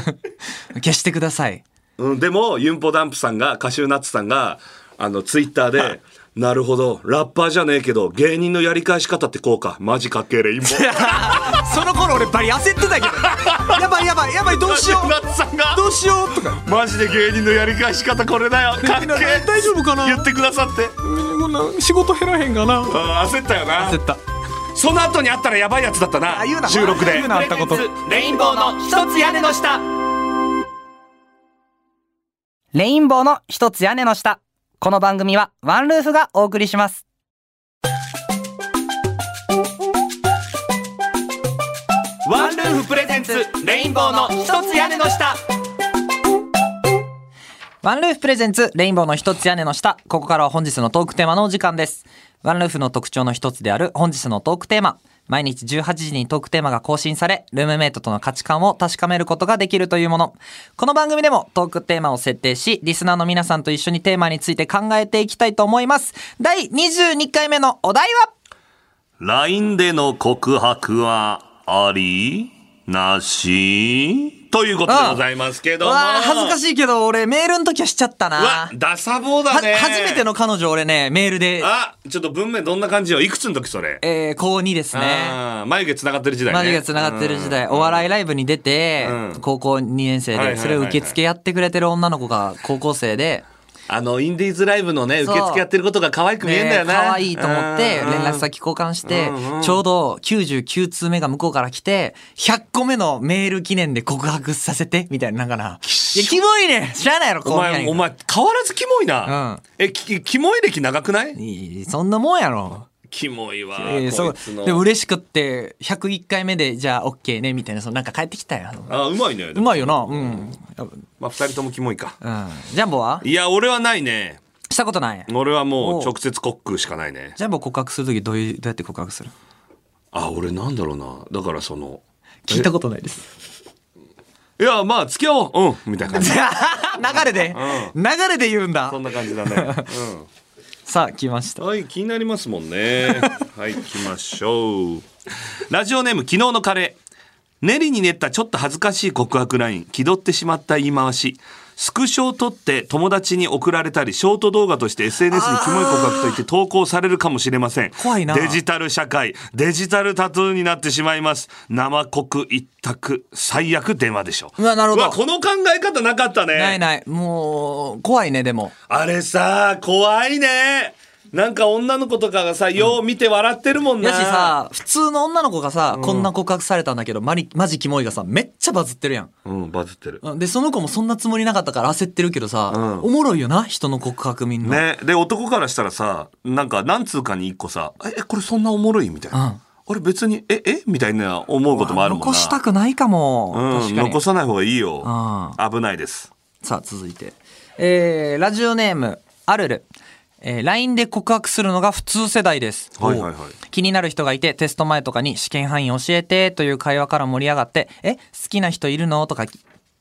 [SPEAKER 3] 消してください
[SPEAKER 2] うん、でもユンポダンプさんがカシューナッツさんがあのツイッターで「なるほどラッパーじゃねえけど芸人のやり返し方ってこうかマジかっけえレインボー」
[SPEAKER 5] [LAUGHS] その頃俺バリ焦ってた
[SPEAKER 3] [LAUGHS]
[SPEAKER 5] けどやばいやばいやばいどう
[SPEAKER 2] カ
[SPEAKER 5] し
[SPEAKER 2] シュ
[SPEAKER 5] よ
[SPEAKER 2] ーナッ
[SPEAKER 5] う
[SPEAKER 2] ツさんが
[SPEAKER 5] どうしようとか
[SPEAKER 2] 「マジで芸人のやり返し方これだよかっけえ」
[SPEAKER 5] 大丈夫かな
[SPEAKER 2] 言ってくださって
[SPEAKER 5] こんな仕事減らへんかな
[SPEAKER 2] あー焦ったよな
[SPEAKER 5] 焦った
[SPEAKER 2] その後にあったらやばいやつだったな
[SPEAKER 5] あ言うな
[SPEAKER 2] 収録で
[SPEAKER 5] 言うなあったこと
[SPEAKER 2] レインボーの一つ屋根の下
[SPEAKER 6] レインボーの一つ屋根の下。この番組はワンルーフがお送りします。
[SPEAKER 2] ワンルーフプレゼンツレインボーの一つ屋根の下
[SPEAKER 6] ワンルーフプレゼンツレインボーの一つ屋根の下。ここからは本日のトークテーマのお時間です。ワンルーフの特徴の一つである本日のトークテーマ。毎日18時にトークテーマが更新され、ルームメイトとの価値観を確かめることができるというもの。この番組でもトークテーマを設定し、リスナーの皆さんと一緒にテーマについて考えていきたいと思います。第22回目のお題は
[SPEAKER 2] LINE での告白はありなしということでございますけども。
[SPEAKER 3] わあ恥ずか
[SPEAKER 2] しい。
[SPEAKER 3] しいけど俺メールの時はしちゃったな
[SPEAKER 2] わ
[SPEAKER 3] は、
[SPEAKER 2] ダサボーだね。
[SPEAKER 3] 初めての。彼女俺ねメールで、
[SPEAKER 2] あ、ちょっと文面どんな感じよ。いくつの時それ。
[SPEAKER 3] えー、高2ですね
[SPEAKER 2] あー眉毛つながってる時代ね。
[SPEAKER 3] マジが繋がってる時代、お笑いライブに出て、
[SPEAKER 2] うん
[SPEAKER 3] 高校2年生
[SPEAKER 2] はいはい
[SPEAKER 3] で、
[SPEAKER 2] はい
[SPEAKER 3] それを受付やってくれてる女の子が高校生で、
[SPEAKER 2] あの、インディーズライブのね、受
[SPEAKER 3] そう
[SPEAKER 2] 付やってることが可愛く見えんだよな。
[SPEAKER 3] ね可愛いと思って、連絡先交換して、ちょうど99通目が向こうから来て、100個目のメール記念で告白させて、みたいな、なんかな。いや、キモいね知らないやろ、
[SPEAKER 2] お
[SPEAKER 3] こんな
[SPEAKER 2] 前、お
[SPEAKER 3] に。
[SPEAKER 2] 前、変わらずキモいな。
[SPEAKER 3] うん
[SPEAKER 2] え、き、キモい歴長くない
[SPEAKER 3] いいそんなもんやろ。
[SPEAKER 2] キモいわ。
[SPEAKER 3] えーそ
[SPEAKER 2] こいうつの
[SPEAKER 3] でも嬉しくって101回目でじゃあ OK ねみたいなそのなんか帰ってきたよ
[SPEAKER 2] あ、うまいね。
[SPEAKER 3] うまいよなうん、
[SPEAKER 2] まあ、二人ともキモいか。
[SPEAKER 3] うん、ジャンボはい
[SPEAKER 2] や、俺はないね。
[SPEAKER 3] したことない
[SPEAKER 2] 俺はも
[SPEAKER 3] お
[SPEAKER 2] う
[SPEAKER 3] う
[SPEAKER 2] 直接コックしかないね
[SPEAKER 3] ジャンボ告白するときどういう、どうやって告白する
[SPEAKER 2] あ俺なんだろうなだからその
[SPEAKER 3] 聞いたことないです。
[SPEAKER 2] いやまあ付き合おううんみたいな感
[SPEAKER 3] [LAUGHS]
[SPEAKER 2] じ
[SPEAKER 3] 流れで、流れで言うんだ
[SPEAKER 2] そんな感じだね、
[SPEAKER 3] さあ、来ました
[SPEAKER 2] うん、。はい気になりますもん [LAUGHS] ねはい行きましょうラジオネーム昨日のカレー練りに練ったちょっと恥ずかしい告白ライン気取ってしまった言い回しスクショを取って友達に送られたりショート動画として SNS にキモい告白と言って投稿されるかもしれません
[SPEAKER 3] 怖いな
[SPEAKER 2] デジタル社会デジタルタトゥーになってしまいます生告一択最悪電話でしょ
[SPEAKER 3] うわ、なるほ
[SPEAKER 2] うわ
[SPEAKER 3] ど。
[SPEAKER 2] この考え方なかったね
[SPEAKER 3] ないない。もう、怖いね、でも。
[SPEAKER 2] あれさ怖いねなんか女の子とかがさ、よう見て笑ってるもんな
[SPEAKER 3] やしさ、普通の女の子がさ、こんな告白されたんだけど、マリマジキモいがさ、めっちゃバズってるやん。
[SPEAKER 2] うんバズってる
[SPEAKER 3] うんで、その子もそんなつもりなかったから焦ってるけどさ、
[SPEAKER 2] ん
[SPEAKER 3] おもろいよな、人の告白みんな。
[SPEAKER 2] ねで男からしたらさなんか何通かに一個さ「ええこれそんなおもろい?」みたいな、あれ別に「ええみたいな思うこともあるもんな
[SPEAKER 3] 残したくないかも。
[SPEAKER 2] うん
[SPEAKER 3] 確かに
[SPEAKER 2] 残さない方がいいよ
[SPEAKER 3] う
[SPEAKER 2] 危ないです
[SPEAKER 3] さあ続いて、えーラジオネームあるる、えー LINE で告白するのが普通世代です、
[SPEAKER 2] はいはいはい
[SPEAKER 3] 気になる人がいてテスト前とかに試験範囲教えてという会話から盛り上がって「え好きな人いるの?」とか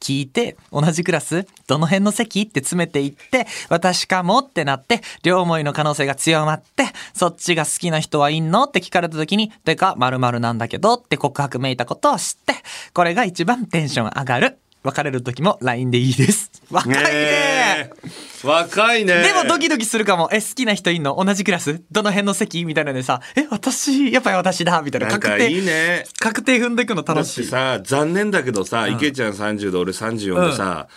[SPEAKER 3] 聞いて、同じクラスどの辺の席って詰めていって、私かもってなって、両思いの可能性が強まって、そっちが好きな人はいんのって聞かれた時に、てか、〇〇なんだけどって告白めいたことを知って、これが一番テンション上がる。別れる時も LINE でいいです。若いね
[SPEAKER 2] えー若いね
[SPEAKER 3] でもドキドキするかも。え、好きな人いんの同じクラスどの辺の席みたいなのでさ、え、私、やっぱり私だみたいな。
[SPEAKER 2] なん
[SPEAKER 3] 確
[SPEAKER 2] か
[SPEAKER 3] 定。
[SPEAKER 2] いいね
[SPEAKER 3] 確定踏んでいくの
[SPEAKER 2] だ
[SPEAKER 3] 楽
[SPEAKER 2] っ
[SPEAKER 3] してい。
[SPEAKER 2] さ残念だけどさ池ちゃん30で俺34でさ、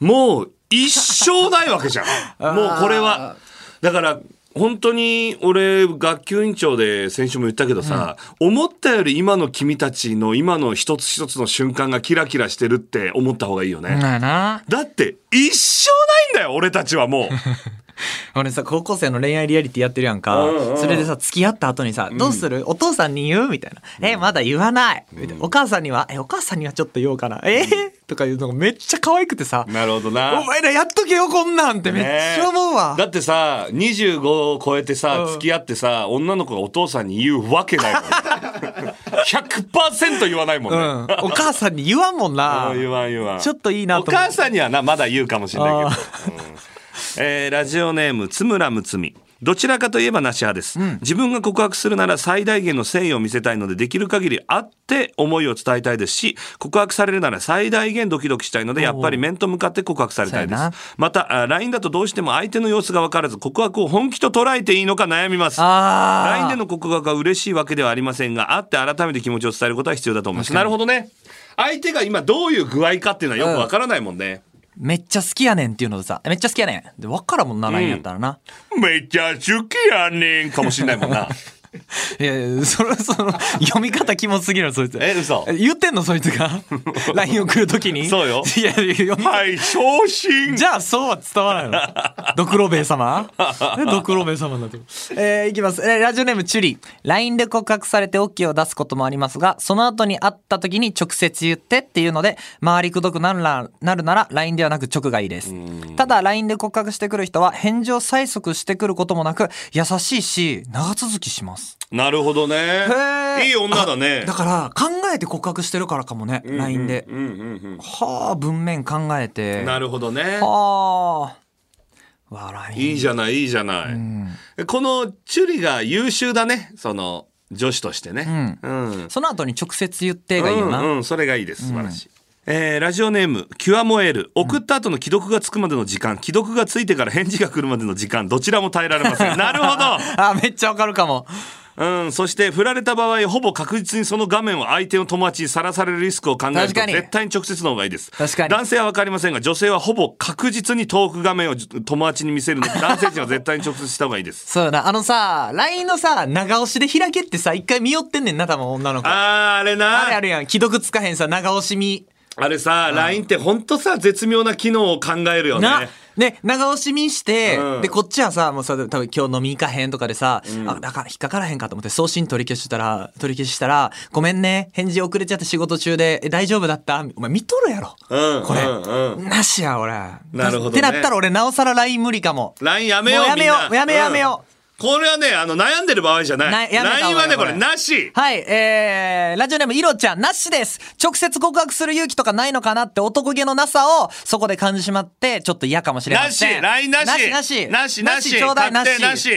[SPEAKER 2] もう一生ないわけじゃんもうこれはだから本当に俺学級委員長で先週も言ったけどさ、思ったより今の君たちの今の一つ一つの瞬間がキラキラしてるって思った方がいいよね、
[SPEAKER 3] なあな
[SPEAKER 2] だって一生ないんだよ俺たちはもう
[SPEAKER 3] 俺さ高校生の恋愛リアリティやってるやんか、それでさ付き合った後にさ「どうするお父さんに言う?」みたいな「えまだ言わない」みたいな「お母さんにはえお母さんにはちょっと言おうかな」えー、とかいうのがめっちゃ可愛くてさ
[SPEAKER 2] [LAUGHS] なるほど
[SPEAKER 3] 「
[SPEAKER 2] な
[SPEAKER 3] お前らやっとけよこんなん」ってめっちゃ思うわ、
[SPEAKER 2] だってさ25を超えてさ、付き合ってさ女の子がお父さんに言うわけないもん
[SPEAKER 3] [LAUGHS]
[SPEAKER 2] 100%言わないもん
[SPEAKER 3] う
[SPEAKER 2] ね、
[SPEAKER 3] ん、お母さんに言わんもんな
[SPEAKER 2] 言わん言わん
[SPEAKER 3] ちょっといいな
[SPEAKER 2] お
[SPEAKER 3] と思って
[SPEAKER 2] 母さんにはなまだ言うかもしれないけど、うんえーラジオネームつむらむつみどちらかといえばなし派です、自分が告白するなら最大限の誠意を見せたいのでできる限り会って思いを伝えたいですし告白されるなら最大限ドキドキしたいのでやっぱり面と向かって告白されたいで
[SPEAKER 3] そうや
[SPEAKER 2] す
[SPEAKER 3] な
[SPEAKER 2] またあ LINE だとどうしても相手の様子が分からず告白を本気と捉えていいのか悩みます
[SPEAKER 3] あー
[SPEAKER 2] LINE での告白が嬉しいわけではありませんが会って改めて気持ちを伝えることは必要だと思いますなるほどね相手が今どういう具合かっていうのはよくわからないもんね、
[SPEAKER 3] めっちゃ好きやねんっていうのとさめっちゃ好きやねんで分からんもんな LINE やったらな、
[SPEAKER 2] めっちゃ好きやねんかもしれないもん
[SPEAKER 3] [LAUGHS]
[SPEAKER 2] な
[SPEAKER 3] いやいやそれそ
[SPEAKER 2] [LAUGHS]
[SPEAKER 3] の読み方キモすぎるわそいつ
[SPEAKER 2] え嘘
[SPEAKER 3] 言ってんのそいつ
[SPEAKER 2] [LAUGHS]
[SPEAKER 3] が LINE 送るときに
[SPEAKER 2] そうよ
[SPEAKER 3] いやいや読み
[SPEAKER 2] はい昇進
[SPEAKER 3] じゃあそうは伝わらないの。ドクロベイ様でドクロベイ様になってるえーいきます。えーラジオネームチュリ。LINE で告白されて OK を出すこともありますが、その後に会った時に直接言ってっていうので、周りくどくなるななるなら LINE ではなく直がいいです。ただ LINE で告白してくる人は返事を催促してくることもなく、優しいし、長続きします。
[SPEAKER 2] なるほどねいい女だね
[SPEAKER 3] だから、考えて告白してるからかもね、LINE で。はあ、文面考えて。
[SPEAKER 2] なるほどね
[SPEAKER 3] はあ。笑い。
[SPEAKER 2] いいじゃないいいじゃない、このチュリが優秀だねその女子としてねうん
[SPEAKER 3] その後に直接言ってがいいよな。
[SPEAKER 2] うんうん、それがいいです素晴らしい、えーラジオネーム「キュアモエル」送った後の既読がつくまでの時間既読がついてから返事が来るまでの時間どちらも耐えられま
[SPEAKER 3] [LAUGHS]
[SPEAKER 2] せんなるほ
[SPEAKER 3] あ、めっちゃわかるかも。
[SPEAKER 2] ど、うん、そして振られた場合ほぼ確実にその画面を相手の友達にさらされるリスクを考えると
[SPEAKER 3] 確かに
[SPEAKER 2] 絶対に直接の方がいいです
[SPEAKER 3] 確かに
[SPEAKER 2] 男性は分かりませんが女性はほぼ確実に遠く画面を友達に見せるの
[SPEAKER 3] [LAUGHS]
[SPEAKER 2] で男性陣は絶対に直接した方がいいです
[SPEAKER 3] そうやな。あのさ、LINE のさ、長押しで開けってさ、一回見よってんねんな、多分女の [LAUGHS] 子。あ
[SPEAKER 2] あーあれな
[SPEAKER 3] れあるやん。既読つかへんさ、長押し見。
[SPEAKER 2] あれさ LINE ってほんとさ絶妙な機能を考えるよね
[SPEAKER 3] な。ね、長押し見して、
[SPEAKER 2] うん
[SPEAKER 3] で、こっちはさ、もうさ、多分今日飲み行かへんとかでさ、あ、だから引っかからへんかと思って送信取り消したら、取り消したら、ごめんね、返事遅れちゃって仕事中で、え、大丈夫だったお前見とるやろ。
[SPEAKER 2] うん
[SPEAKER 3] これ、
[SPEAKER 2] うんうん
[SPEAKER 3] なしや、俺。な
[SPEAKER 2] なるほどね
[SPEAKER 3] ってなったら俺、なおさら LINE 無理かも。
[SPEAKER 2] ラインやめよう。
[SPEAKER 3] もうやめよ
[SPEAKER 2] み
[SPEAKER 3] う
[SPEAKER 2] んな
[SPEAKER 3] やめようやめよ
[SPEAKER 2] うんこれはね、あの悩んでる場合じゃな。
[SPEAKER 3] ないやめた方がいい
[SPEAKER 2] LINE はね、
[SPEAKER 3] こ
[SPEAKER 2] こ
[SPEAKER 3] れ
[SPEAKER 2] れなし。
[SPEAKER 3] はい、えー、ラジオネーム、いろちゃん、なしです直接告白する勇気とかないのかなって男気のなさを、そこで感じてしまって、ちょっと嫌かもしれま
[SPEAKER 2] なし
[SPEAKER 3] せん。
[SPEAKER 2] !LINE なし
[SPEAKER 3] なし
[SPEAKER 2] なしなし
[SPEAKER 3] ちょうだいな
[SPEAKER 2] 確
[SPEAKER 3] し
[SPEAKER 2] 定なし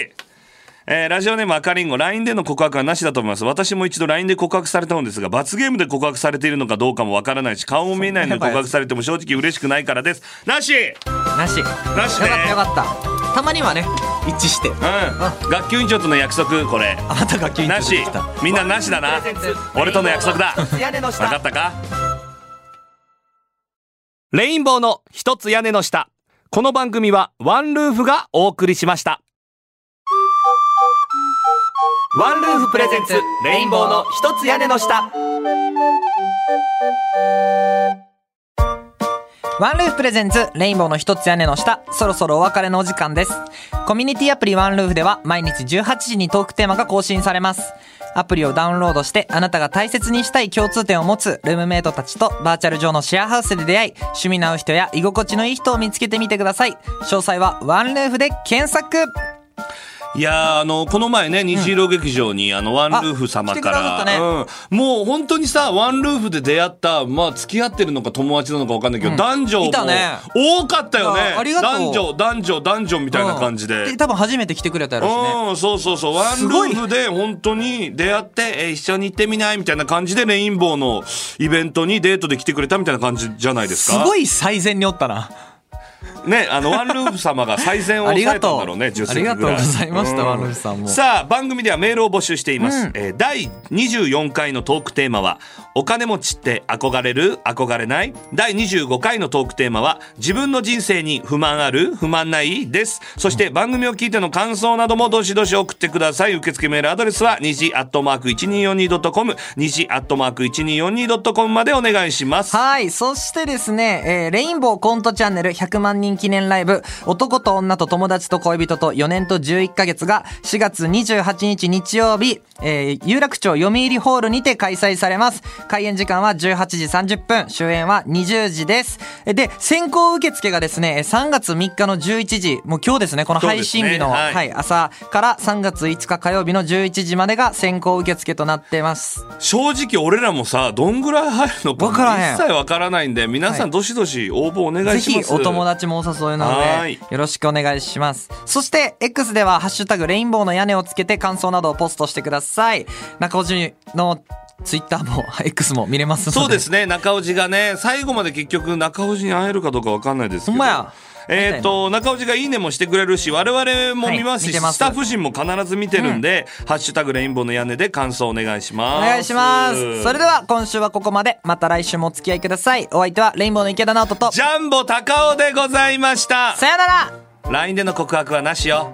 [SPEAKER 2] えーラジオネーム赤りんご LINE での告白はなしだと思います私も一度 LINE で告白されたのですが罰ゲームで告白されているのかどうかもわからないし顔も見えないので告白されても正直嬉しくないからですなし
[SPEAKER 3] なし。
[SPEAKER 2] なしね
[SPEAKER 3] よかったよかった。たまにはね、一致して。
[SPEAKER 2] うん学級委員長との約束これ
[SPEAKER 3] あなたが急に
[SPEAKER 2] なし
[SPEAKER 3] 出てきた。
[SPEAKER 2] みんななしだな俺との約束だ
[SPEAKER 3] 屋根の
[SPEAKER 2] わかったかレインボーの一つ屋根の下この番組はワンルーフがお送りしましたワンルーフプレゼンツレインボーの
[SPEAKER 3] 一つ屋根の下ワンルーフプレゼンツレインボーの一つ屋根の下そろそろお別れのお時間ですコミュニティアプリワンルーフでは毎日18時にトークテーマが更新されますアプリをダウンロードしてあなたが大切にしたい共通点を持つルームメイトたちとバーチャル上のシェアハウスで出会い趣味の合う人や居心地のいい人を見つけてみてください詳細はワンルーフで検索
[SPEAKER 2] いやーあのこの前ね虹色劇場に、あのワンルーフ様か
[SPEAKER 3] あ
[SPEAKER 2] ら、
[SPEAKER 3] 来てくださ
[SPEAKER 2] うんもう本当にさワンルーフで出会ったまあ付き合ってるのか友達なのかわかんないけど、男女も
[SPEAKER 3] いたね
[SPEAKER 2] 多かったよね
[SPEAKER 3] あありがと
[SPEAKER 2] 男
[SPEAKER 3] う
[SPEAKER 2] 女男女男女みたいな感じで。
[SPEAKER 3] で多分初めて来てくれたやろうしね
[SPEAKER 2] うん、そうそうそう。ワンルーフで本当に出会って、えー一緒に行ってみないみたいな感じで、レインボーのイベントにデートで来てくれたみたいな感じじゃないです
[SPEAKER 3] す
[SPEAKER 2] か。
[SPEAKER 3] ごい最善におったな
[SPEAKER 2] ね、あの、ワンルーフ様が最善を
[SPEAKER 3] あり
[SPEAKER 2] 抑えた
[SPEAKER 3] が
[SPEAKER 2] ん
[SPEAKER 3] と
[SPEAKER 2] だろう
[SPEAKER 3] う、
[SPEAKER 2] ね、10
[SPEAKER 3] [LAUGHS] あ
[SPEAKER 2] 席
[SPEAKER 3] り
[SPEAKER 2] ぐら
[SPEAKER 3] が
[SPEAKER 2] い。
[SPEAKER 3] とうございました、
[SPEAKER 2] うん
[SPEAKER 3] ワルフさんも
[SPEAKER 2] さあ番組ではメールを募集しています、えー第24回のトークテーマは「お金持ちって憧れる憧れない」第25回のトークテーマは「自分の人生に不満ある不満ない?」ですそして番組を聞いての感想などもどしどし送ってください受付メールアドレスは虹アットマーク 1242.com 虹アットマーク 1242.com までお願いします
[SPEAKER 3] はい。そしてですね、えーレインボーコントチャンネル100万人記念ライブ、男と女と友達と恋人と4年と11ヶ月が4月28日日曜日、えー有楽町読売ホールにて開催されます。開演時間は18時30分、終演は20時です。えで、先行受付がですね、えー3月3日の11時、もう今日ですね、この配信日の、
[SPEAKER 2] そうですね
[SPEAKER 3] は
[SPEAKER 2] はい
[SPEAKER 3] い、朝から3月5日火曜日の11時までが先行受付となってます。
[SPEAKER 2] 正直俺らもさどんぐらい入るのか
[SPEAKER 3] わからへん
[SPEAKER 2] 一切わからないんで皆さ
[SPEAKER 3] は
[SPEAKER 2] んどしどし応募お願
[SPEAKER 3] ぜ
[SPEAKER 2] いし
[SPEAKER 3] ひ
[SPEAKER 2] ます、
[SPEAKER 3] お友達もお誘いな
[SPEAKER 2] は
[SPEAKER 3] の
[SPEAKER 2] ー
[SPEAKER 3] で
[SPEAKER 2] い
[SPEAKER 3] よろしくお願いしますそして X では「ハッシュタグレインボーの屋根」をつけて感想などをポストしてください中尾淳のツイッターも [LAUGHS] X も見れますので
[SPEAKER 2] そうですね中尾路がね最後まで結局中尾路に会えるかどうかわかんないですけど
[SPEAKER 3] ほんまや
[SPEAKER 2] えっと中尾路が「いいね」もしてくれるし我々も見ます
[SPEAKER 3] はい見
[SPEAKER 2] し、
[SPEAKER 3] てます
[SPEAKER 2] スタッフ陣も必ず見てるんで「ハッシュタグレインボーの屋根」で感想お願いし
[SPEAKER 3] お
[SPEAKER 2] ます
[SPEAKER 3] 願いしますそれでは今週はここまでまた来週もお付き合いくださいお相手はレインボーの池田直人と
[SPEAKER 2] ジャンボ高尾でございました
[SPEAKER 3] さよなら
[SPEAKER 2] LINE での告白はなしよ